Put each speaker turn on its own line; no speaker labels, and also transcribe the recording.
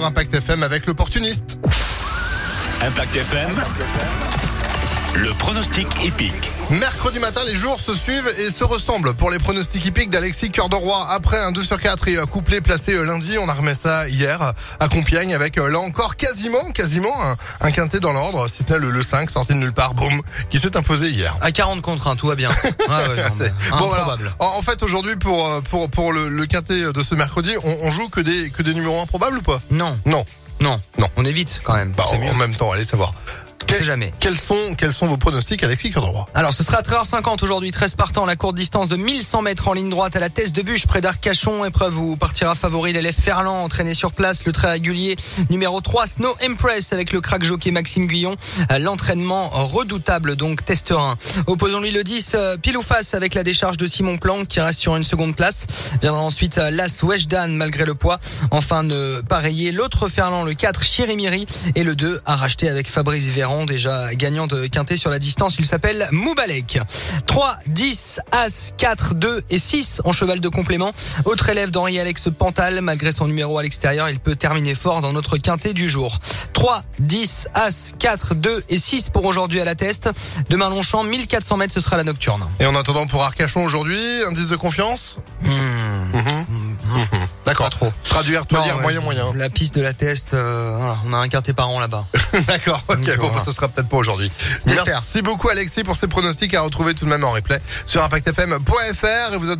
Impact FM avec l'opportuniste.
Impact FM, le pronostic épique.
Mercredi matin, les jours se suivent et se ressemblent pour les pronostics hippiques d'Alexis Cœur de Roi. Après un 2 sur 4 et un couplet placé euh, lundi, on a remis ça hier à Compiègne avec euh, là encore quasiment, quasiment un, un quintet dans l'ordre, si ce n'est le, le 5 sorti de nulle part, boum, qui s'est imposé hier.
À 40 contre 1, tout va bien. Ah ouais, non, mais
Bon, alors,
improbable.
en, en fait, aujourd'hui, pour, euh, pour, pour le, le quintet de ce mercredi, on, on joue que des, que des numéros improbables ou pas
Non,
Non.
non,
Non.
On évite quand même.
Bah,
C'est
en,
mieux.
en même temps, allez savoir.
On sait
Quel-
jamais.
Quels sont, quels sont vos pronostics, Alexis Cœur de Roi
Alors, ce sera à 13h50 aujourd'hui, 13 partants, la courte distance de 1100 mètres en ligne droite à la Teste de Bûche, près d'Arcachon. Épreuve où partira favori l'élève Ferland, entraîné sur place, le très régulier numéro 3, Snow Empress, avec le crack jockey Maxime Guyon. Euh, L'entraînement redoutable, donc test 1. Opposons-lui le 10, euh, pile ou face, avec la décharge de Simon Planck, qui reste sur une seconde place. Viendra ensuite euh, l'As Weshdan, malgré le poids. Enfin, ne pareiller l'autre Ferland, le 4, Chirimiri, et le 2 à racheter avec Fabrice Véran, déjà gagnant de Quintet sur la distance. Il s'appelle Moubalek. 3, 10, As, 4, 2 et 6 en cheval de complément. Autre élève d'Henri-Alex Pantal, malgré son numéro à l'extérieur, il peut terminer fort dans notre Quintet du jour. 3, 10, As, 4, 2 et 6 pour aujourd'hui à la test. Demain Longchamp, 1400 mètres, ce sera la nocturne.
Et en attendant pour Arcachon aujourd'hui, indice de confiance
Hmm.
Mmh. D'accord. Trop. Traduire, toi
Non,
dire
ouais,
moyen moyen. hein.
La piste de la test, euh, voilà, on a un quintet par an là-bas.
D'accord. Ok.
Donc,
Bon,
voilà.
bah, ce sera peut-être pas aujourd'hui.
J'espère.
Merci beaucoup Alexis pour ces pronostics à retrouver tout de même en replay sur impactfm.fr et vous êtes de